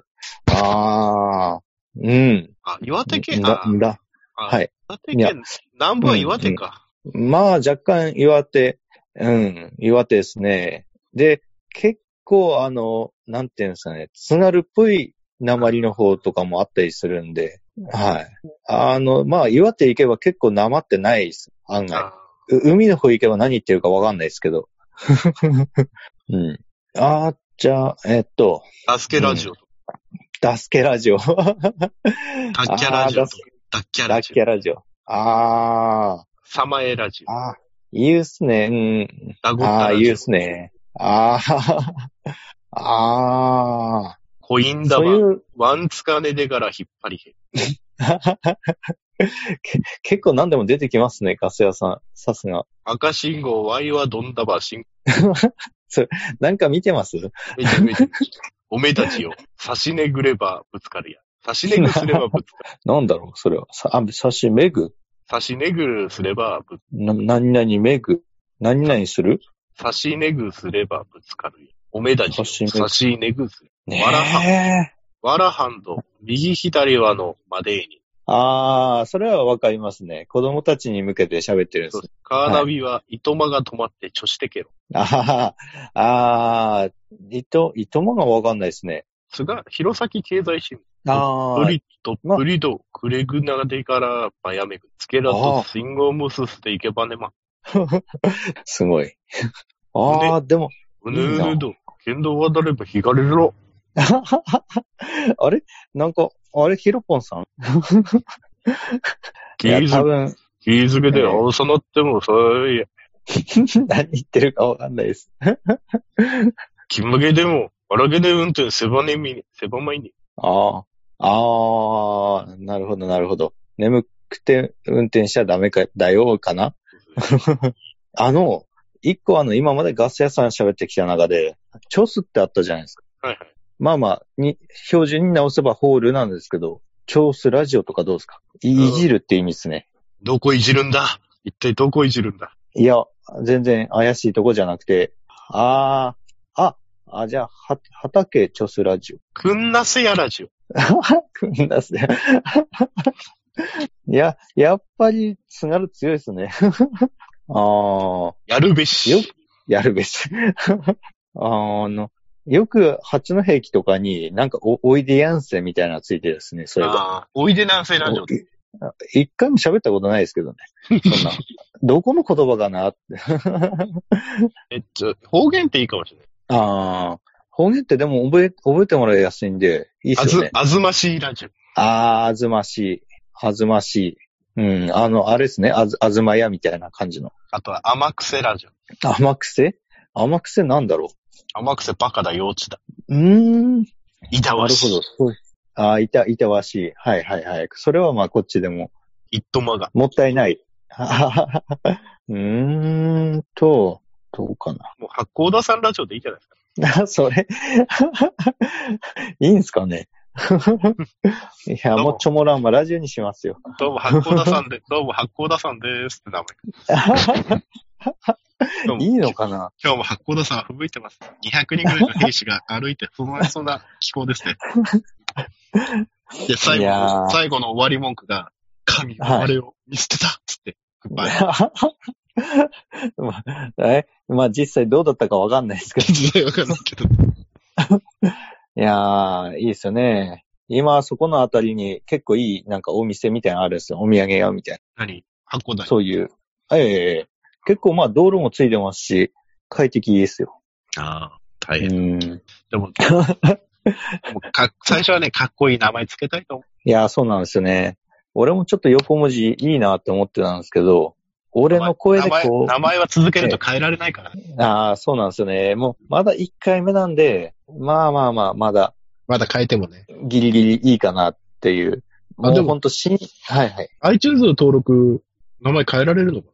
S1: ああ、うん。
S3: あ、岩手県、
S1: な
S3: あ、
S1: な
S3: あ
S1: はい。
S3: 岩手
S1: いや
S3: 県、南部は岩手か。
S1: まあ若干岩手、うん、岩手ですね。で、結構あの、なんていうんですかね、津軽っぽい鉛の方とかもあったりするんで、はい。あの、まあ岩手行けば結構鉛ってないです、案外。
S3: あ
S1: う海の方行けば何言ってるかわかんないです
S3: *laughs*
S1: けど。うん。あー、じゃあ、えっと、
S3: 助けラジオ、
S1: ダスケラジオ。ダ
S3: 脱キャラジオ
S1: ダス
S3: と、脱キャ
S1: ラ
S3: ラ
S1: ッ
S3: ジ
S1: キ
S3: オ、
S1: ャラジオ。あ
S3: サマエラジ
S1: ー、あー、言うっすね。うん。
S3: オ、ラゴッ
S1: あ
S3: タ
S1: ー、
S3: ラ
S1: 言う
S3: ジ
S1: っ
S3: オ、
S1: すね。あー、 *laughs* あ
S3: コイン
S1: ー、そ
S3: 玉
S1: う、いう、 *laughs*
S3: ワンツカネでから引っ張りへ。
S1: 結構何でも出てきますね、ガス屋さん。さすが。
S2: 赤信号、Y はどんだば、信
S1: なんか見てます
S2: めちゃめちゃ。おめえたちよ。差しねぐればぶつかるや。差しねぐすればぶつかる。
S1: なんだろうそれは。さ、あ、写真めぐ
S2: 差しねぐすればぶつ、
S1: な、何々めぐ何々する
S2: 差しねぐすればぶつかるや。おめえたちよ。
S1: 指しねぐ
S2: 差しねぐすれ。わら
S1: ねえ。
S2: わらハンド、右左はのまでに。
S1: あー、それはわかりますね。子供たちに向けて喋ってるんで
S2: そ
S1: す
S2: う。カーナビは、いとまが止まって、ちょしてけろ。
S1: ああ、ああ、いと、いともがわかんないですね。
S2: つが、弘前経済新聞。
S1: あ
S2: ブ
S1: あ、
S2: リッド、
S1: まあ
S2: ブリド、クレグナデから、バヤメグ、つけら
S1: ああ
S2: と、スインゴムススでいけばねま、
S1: すご *laughs* い。ああ、でも、 *laughs*
S2: うぬうぬど、剣道渡れば引かれるろ。
S1: あれなんか、あれヒロポンさんい
S2: 気
S1: や、
S2: づ
S1: 多
S2: け、
S1: 分、 *laughs*
S2: 気づけ
S1: え
S2: て、
S1: え
S2: あさなっても、そういや、
S1: 何言ってるかわかんないです。
S2: 気まげでも、荒げで運転、せばねみに、せばまいに。
S1: ああ、ああ、なるほど、なるほど。眠くて運転しちゃダメか、だよ、かなあの、一個あの、今までガス屋さん喋ってきた中で、チョスってあったじゃないですか。
S2: はいはい。
S1: まあまあ、に、標準に直せばホールなんですけど、チョスラジオとかどうですかいじるって意味ですね。
S2: どこいじるんだ一体どこいじるんだ
S1: いや、全然怪しいとこじゃなくて、ああ、あ、あ、じゃあ、は、畑チョスラジオ。
S2: くんなせやラジオ。
S1: 組んだっすね。い *laughs* や、やっぱり、津軽強いですね。 *laughs* ああ、
S2: やるべし。
S1: よやるべし。 *laughs* あの、よく、八の兵器とかに、なんかお、おいでやんせみたいなのついてるですね、そういえば。
S2: ああ、おいでなんせラジオ。
S1: 一回も喋ったことないですけどね。
S2: *laughs*
S1: そんな、どこの言葉かなって。 *laughs*
S2: えっと、方言っていいかもしれない。
S1: ああ、方言ってでも覚え、覚えてもらいやすいんで、いいっ
S2: あ
S1: すよ
S2: ず
S1: ね、。
S2: あずましいラジオ。
S1: あー、あずましい。あずましい。うん、あの、あれですね、あず、あずまやみたいな感じの。
S2: あとは、甘くせラジオ。
S1: 甘くせ甘くせなんだろ
S2: 甘くせバカだ、幼稚だ。
S1: ううーん。ない
S2: たわ
S1: る
S2: し。
S1: ほど。そうああ、いた、いたわしい。はいはいはい。それはまあこっちでも、
S2: いっとまが。
S1: もったいない。 *laughs* ははははうーんと、どうか
S2: もう、八甲田さんラジオでいいじゃないですか。
S1: な。 *laughs* それ、いいんすかね *laughs* いや、
S2: どうも
S1: もうちょもらんまラジオにしますよ。
S2: どうも、八甲田さん
S1: *laughs*
S2: で、どうも、八甲田さんでーすって名前。どうも
S1: いいのかな
S2: 今日も八甲田さんは吹雪いてます。200人ぐらいの兵士が歩いて、そのそんな気候ですね。で、最
S1: いやー
S2: 後、最後の終わり文句が、神
S1: はい
S2: はあれを見捨てたっつって、グ *laughs* ッバイ。
S1: *laughs* まあ、えまあ実際どうだったかわかんないですけど。
S2: 全然わかんないけど。
S1: いやー、いいですよね。今、そこのあたりに結構いい、なんかお店みたいなのあるんですよ。お土産屋みたい
S2: 何八甲
S1: な。
S2: 田。
S1: そういう。ええ結構まあ道路もついてますし、快適ですよ。
S4: ああ、大
S1: う
S4: 変。
S1: ん。
S2: でも、もう
S1: *laughs*
S2: か最初はね、かっこいい名前つけたいと思
S1: いやー、そうなんですよね。俺もちょっと横文字いいなって思ってたんですけど、
S2: う。
S1: 俺の声で
S2: 名前
S1: こう、
S2: 名前は続けると変えられないからね。
S1: ああ、そうなんですよね。もう、まだ1回目なんで、まあまあまあ、まだ
S4: まだ変えてもね。
S1: ギリギリいいかなっていう。
S4: あ
S1: も
S4: で
S1: う
S4: も
S1: ほんと新、はいはい。
S4: iTunes の登録、名前変えられるのか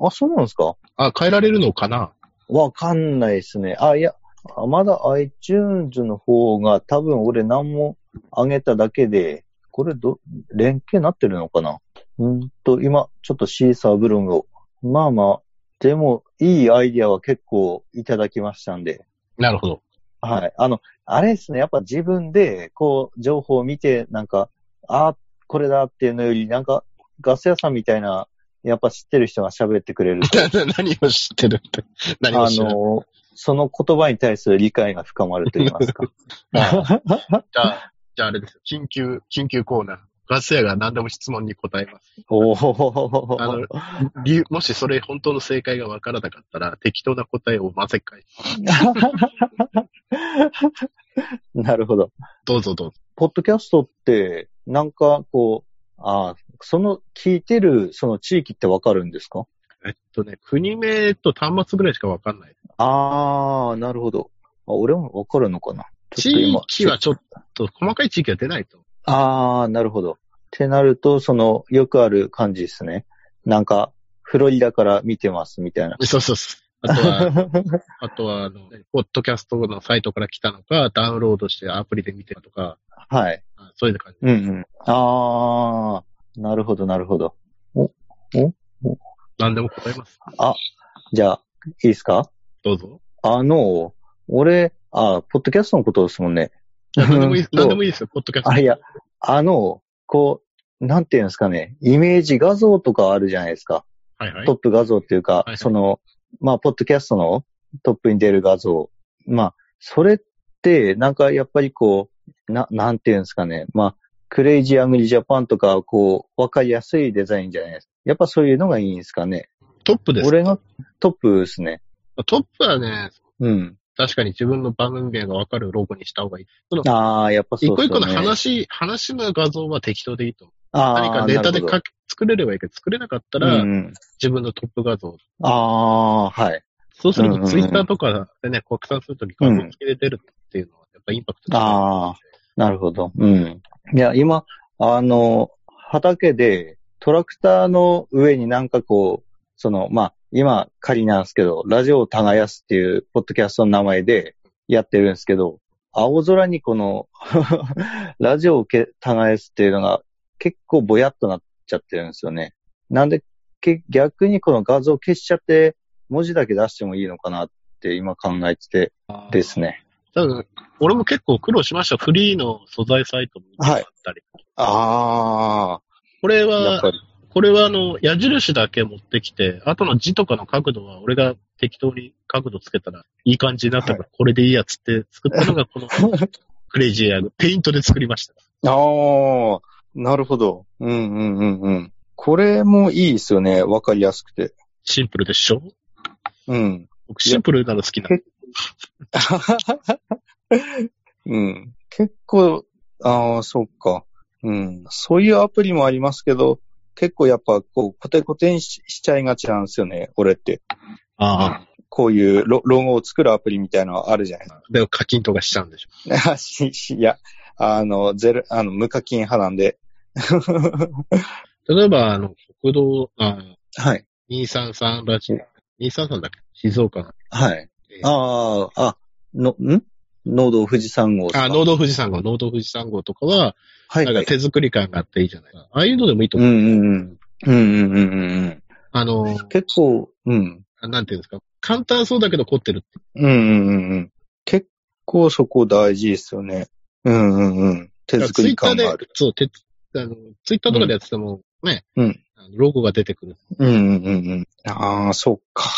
S1: あ、そうなんですか
S4: なあ、変えられるのかな
S1: わかんないですね。あ、いや、あまだ iTunes の方が多分俺何も上げただけで、これど、連携なってるのかなうんと、今、ちょっとシーサーブログを。まあまあ、でも、いいアイディアは結構いただきましたんで。
S4: なるほ
S2: *laughs*
S4: ど。
S1: はい。あの、あれですね。やっぱ自分で、こう、情報を見て、なんか、ああ、これだっていうのより、なんか、ガス屋さんみたいな、やっぱ知ってる人が喋ってくれると、
S4: 何を知ってるって。何を
S1: あ
S4: 知ってる
S1: の、その言葉に対する理解が深まると言いま
S2: *laughs*
S1: すか。
S2: じゃあ、じゃああれですよ。緊急、緊急コーナー。ガス屋が何でも質問に答えます。
S1: おお
S2: あの、理由、もしそれ本当の正解がわからなかったら、適当な答えを混ぜ替え。
S1: *laughs* なるほど。
S2: どうぞどうぞ。
S1: ポッドキャストって、なんかこう、ああ、その聞いてるその地域ってわかるんですか
S2: えっとね、国名と端末ぐらいしかわかんない。
S1: ああ、なるほど。あ俺もわかるのかなち
S2: 地
S1: ょっと今
S2: 域はちょっと、細かい地域は出ないと。
S1: ああ、なるほど。ってなると、その、よくある感じですね。なんか、フロリダから見てますみたいな。
S2: そうそうそう。あとは、あとは、あの、ポッドキャストのサイトから来たのか、ダウンロードしてアプリで見てるとか、
S1: *laughs* はい。
S2: あそういう感じ。
S1: うんうん。あー、なるほど、なるほど。
S2: 何でも答えます。
S1: じゃあ、いいですか
S2: どうぞ。
S1: あの、俺、あ、ポッドキャストのことですもんね。
S2: 何でもいいです。
S1: どう
S2: 何でもいいですよ、ポッドキャスト。
S1: あ、いや、あの、こう、なんていうんですかね、イメージ画像とかあるじゃないですか。
S2: はいはい
S1: トッ。プ画像っていうか、
S2: いはい
S1: その、まあ、ポッドキャストのトップに出る画像。まあ、それって、なんかやっぱりこう、な、なんていうんですかね。まあ、クレイジーアングリージャパンとか、こう、わかりやすいデザインじゃないですか。やっぱそういうのがいいんですかね。
S2: トップです。
S1: 俺がトップですね。
S2: トップはね、
S1: うん。
S2: 確かに自分の番組名がわかるロゴにした方がいい。
S1: ああ、やっぱそう
S2: 一
S1: で
S2: 個一
S1: すよね。
S2: 個の話、話の画像は適当でいいと思う。
S1: あー、
S2: 何かネタで
S1: なるほど
S2: 書き、作れればいいけど、作れなかった
S1: う
S2: ら、
S1: んうん、
S2: 自分のトップ画像。
S1: ああー、はい。
S2: そうする
S1: うんうん
S2: と、
S1: うん
S2: ツイッターとかでね、拡散するとき画像付きで出るっていうのは、やっぱインパクトあ。
S1: ああ、なるほど。うん。いや、今、あの、畑でトラクターの上になんかこう、その、まあ、今仮なんですけど、ラジオを耕すっていうポッドキャストの名前でやってるんですけど、青空にこの、 *laughs* ラジオをけ耕すっていうのが結構ぼやっとなっちゃってるんですよね。なんで、け逆にこの画像を消しちゃって、文字だけ出してもいいのかなって今考えててですね。
S2: 多分、俺も結構苦労しました。フリーの素材サイトも見てもらったり。
S1: あ
S2: これ
S1: あ、やっ
S2: は
S1: ぱ、り。
S2: これはあの、矢印だけ持ってきて、あとの字とかの角度は俺が適当に角度つけたらいい感じになったから、これでいいやつって作ったのが
S1: *laughs*
S2: このクレイジーエアグ、ペイントで作りました。
S1: ああ、なるほど。うんうんうんうん。これもいいですよね。わかりやすくて。
S2: シンプルでしょ
S1: うん。 *laughs*
S2: 僕シンプルなの好きなの。
S1: うん。結構、ああ、そっか。うん。そういうアプリもありますけど、結構やっぱこう、コテコテにししちゃいがちなんですよね。俺って。
S2: ああ。
S1: こういうロロゴを作るアプリみたいなのあるじゃない
S2: でも課金とかしちゃうんでしょ。
S1: ですか。 *laughs* ししいや、あの、ゼロ、あの、無課金派なんで。 *laughs*
S2: 例えば、あの、国道、あ
S1: はい。
S2: 233ラジオ、233だっけ静岡の。
S1: はい。
S2: えー
S1: ああ、あ、の、ん農道富士山号ですか
S2: あ、農道富士山号、農道富士山号とかは、
S1: はい
S2: なん
S1: は
S2: か
S1: い。
S2: 手作り感があっていいじゃないああいうのでもいいと
S1: うん
S2: 思う。
S1: うんうん。うんうんうんうん
S2: あ
S1: う
S2: の
S1: ん。、結構、うん。
S2: なんていうんですか。簡単そうだけど凝ってるって。
S1: うんうんうんうん。結構そこ大事ですよね。うんうんうん。手作り感がある。
S2: ツイッターで、そう、てあのツイッターとかでやってても、ね、
S1: うん
S2: あのロゴが出てくる。
S1: うんうんうんうん。ああ、そっか。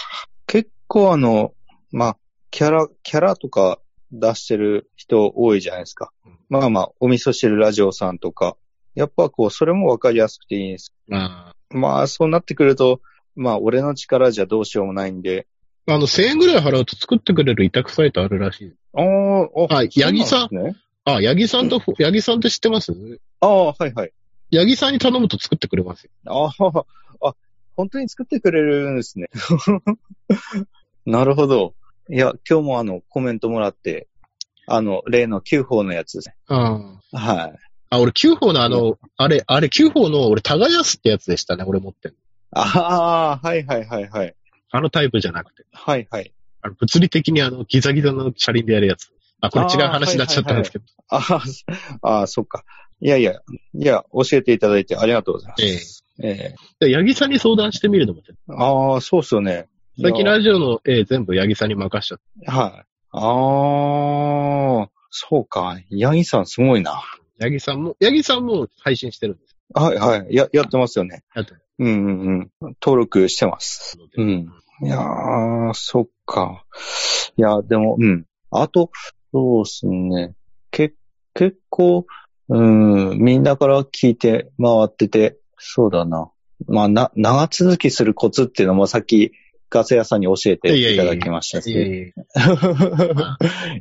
S1: 結構あの、まあ、キャラ、キャラとか出してる人多いじゃないですか
S2: うん。
S1: まあまあ、お味噌汁ラジオさんとか。やっぱこう、それもわかりやすくていいんです
S2: ま
S1: まあ、そうなってくると、まあ、俺の力じゃどうしようもないんで。
S2: あ、あの、1000円ぐらい払うと作ってくれる委託サイトあるらしい。
S1: ああ、あ
S2: はい八木さん
S1: そうなんですね、
S2: あ、八木さんと、八木さんって知ってます
S1: ああ、はいはい。
S2: 八木さんに頼むと作ってくれますよ。
S1: ああ、あ、本当に作ってくれるんですね。 *laughs* なるほど。いや、今日もあの、コメントもらって、あの、例の9法のやつですね。
S2: あ
S1: はい。
S2: あ。あ、俺9法のあの、あれ、あれ9法の俺耕すってやつでしたね、俺持ってる。
S1: ああ、はいはいはいはい。
S2: あのタイプじゃなくて。
S1: はいはい。
S2: あの物理的にあの、ギザギザの車輪でやるやつ。あ、これ違う話になっちゃったんですけど。
S1: あーそあー、そっか。いやいや、いや、教えていただいてありがとうございます。
S2: え
S1: ええ
S2: え。で、八木さんに相談してみるのも手、
S1: ああ、そうっすよね。
S2: 最近ラジオの、ええ、全部八木さんに任しちゃった。
S1: はい。ああ、そうか。ヤギさんすごいな。
S2: 八木さんも、八木さんも配信してるんです。
S1: はいはい。や、やってますよね。
S2: やってま
S1: うんうんうん。登録してます。うん。いやー、そっか。いや、でも、うん。あと、そうですね。け、結構、うん、みんなから聞いて回ってて、そうだな。まあ、な、長続きするコツっていうのもさっき、ガス屋さんに教えていただきました
S2: い
S1: し。
S2: えいえ。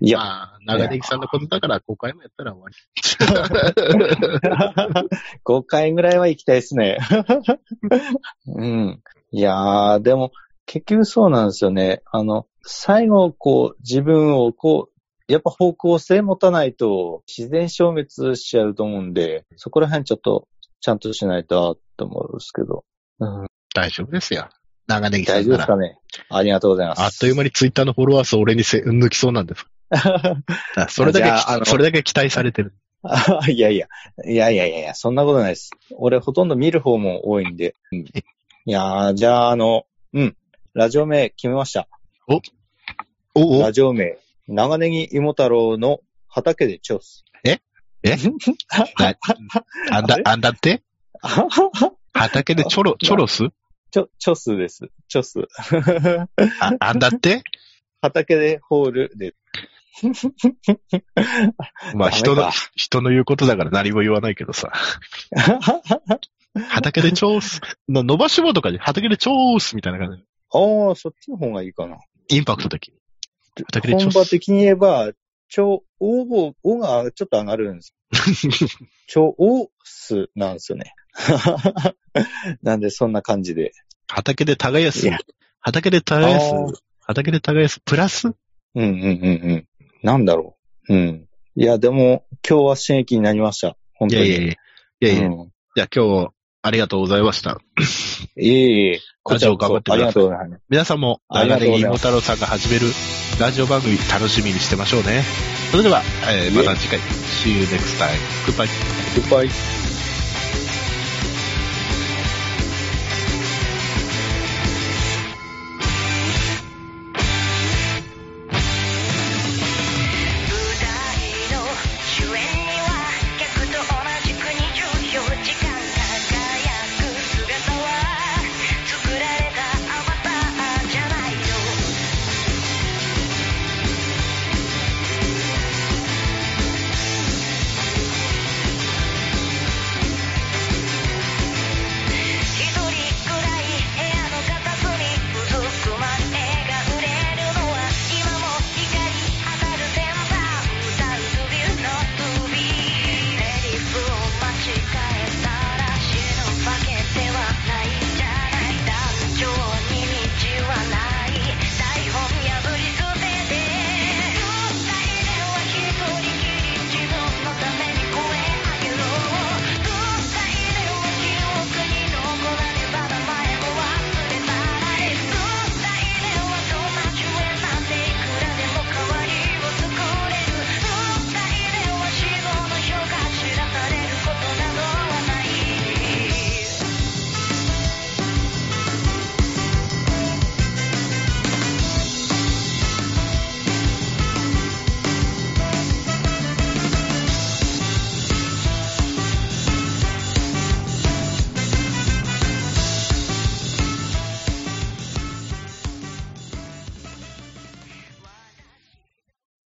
S1: いや、
S2: まあ、長ネギさんのことだから、5回もやったら終わり。
S1: *laughs* 5回ぐらいは行きたいですね。 *laughs* うん。いやー、でも、結局そうなんですよね。あの、最後、こう、自分を、こう、やっぱ方向性持たないと、自然消滅しちゃうと思うんで、そこら辺ちょっと、ちゃんとしないと、と思うんですけど。うん、
S2: 大丈夫ですよ。長ネギさん
S1: 大丈
S2: な
S1: 夫です
S2: ら。
S1: かねありがとうございます。
S2: あっという間にツイッターのフォロワー数俺にせ抜きそうなん
S1: *laughs*
S2: です。あそれだけ
S1: じゃああの
S2: き、それだけ期待されてる。
S1: あ *laughs* いやいや、いやいやいやいや、そんなことないです。俺ほとんど見る方も多いんで。うん、いやー、じゃあ、あの、うん、ラジオ名決めました。
S2: おお
S1: ラジオ名、長ネギ芋太郎の畑でチョス。 *laughs*
S2: あん
S1: あ
S2: だ
S1: れ、
S2: あんだって畑でチョロ、チョロス
S1: チョ、チョスです。チョス。 *laughs*
S2: ああんだって
S1: 畑でホール *laughs* で。
S2: まあ
S1: ダメか
S2: 人の、人の言うことだから何も言わないけどさ。畑でチョース。の伸ばし棒とかで畑でチョースみたいな感
S1: ああ、そっちの方がいいかな。
S2: じ。インパクト的に。畑でチョ
S1: 本場
S2: ース。
S1: 的に言えば、ちょ、おぼ、おがちょっと上がるん
S2: *laughs*
S1: です。ちょ、おすなんですよね。 *laughs* なんで、そんな感じで。
S2: 畑で耕す
S1: いや。
S2: 畑で耕す。畑で耕す。プラス
S1: うんうんうんうん。なんだろう。うん。いや、でも、今日は新駅になりました。本
S2: い
S1: 当
S2: や
S1: に。
S2: いやいや。いやいや。
S1: うん
S2: じゃあ今日、ありがとうございました。
S1: いえいえ。
S2: ラジオ頑張ってください
S1: ありがとうございます。
S2: 皆さんも、
S1: あり
S2: 長
S1: がとう
S2: ネ
S1: ご
S2: ギ
S1: ざい
S2: 芋
S1: ます
S2: 太郎さんが始めるラジオ番組楽しみにしてましょうね。それでは、えーまた次回。See you next time. Goodbye.
S1: グッバイ。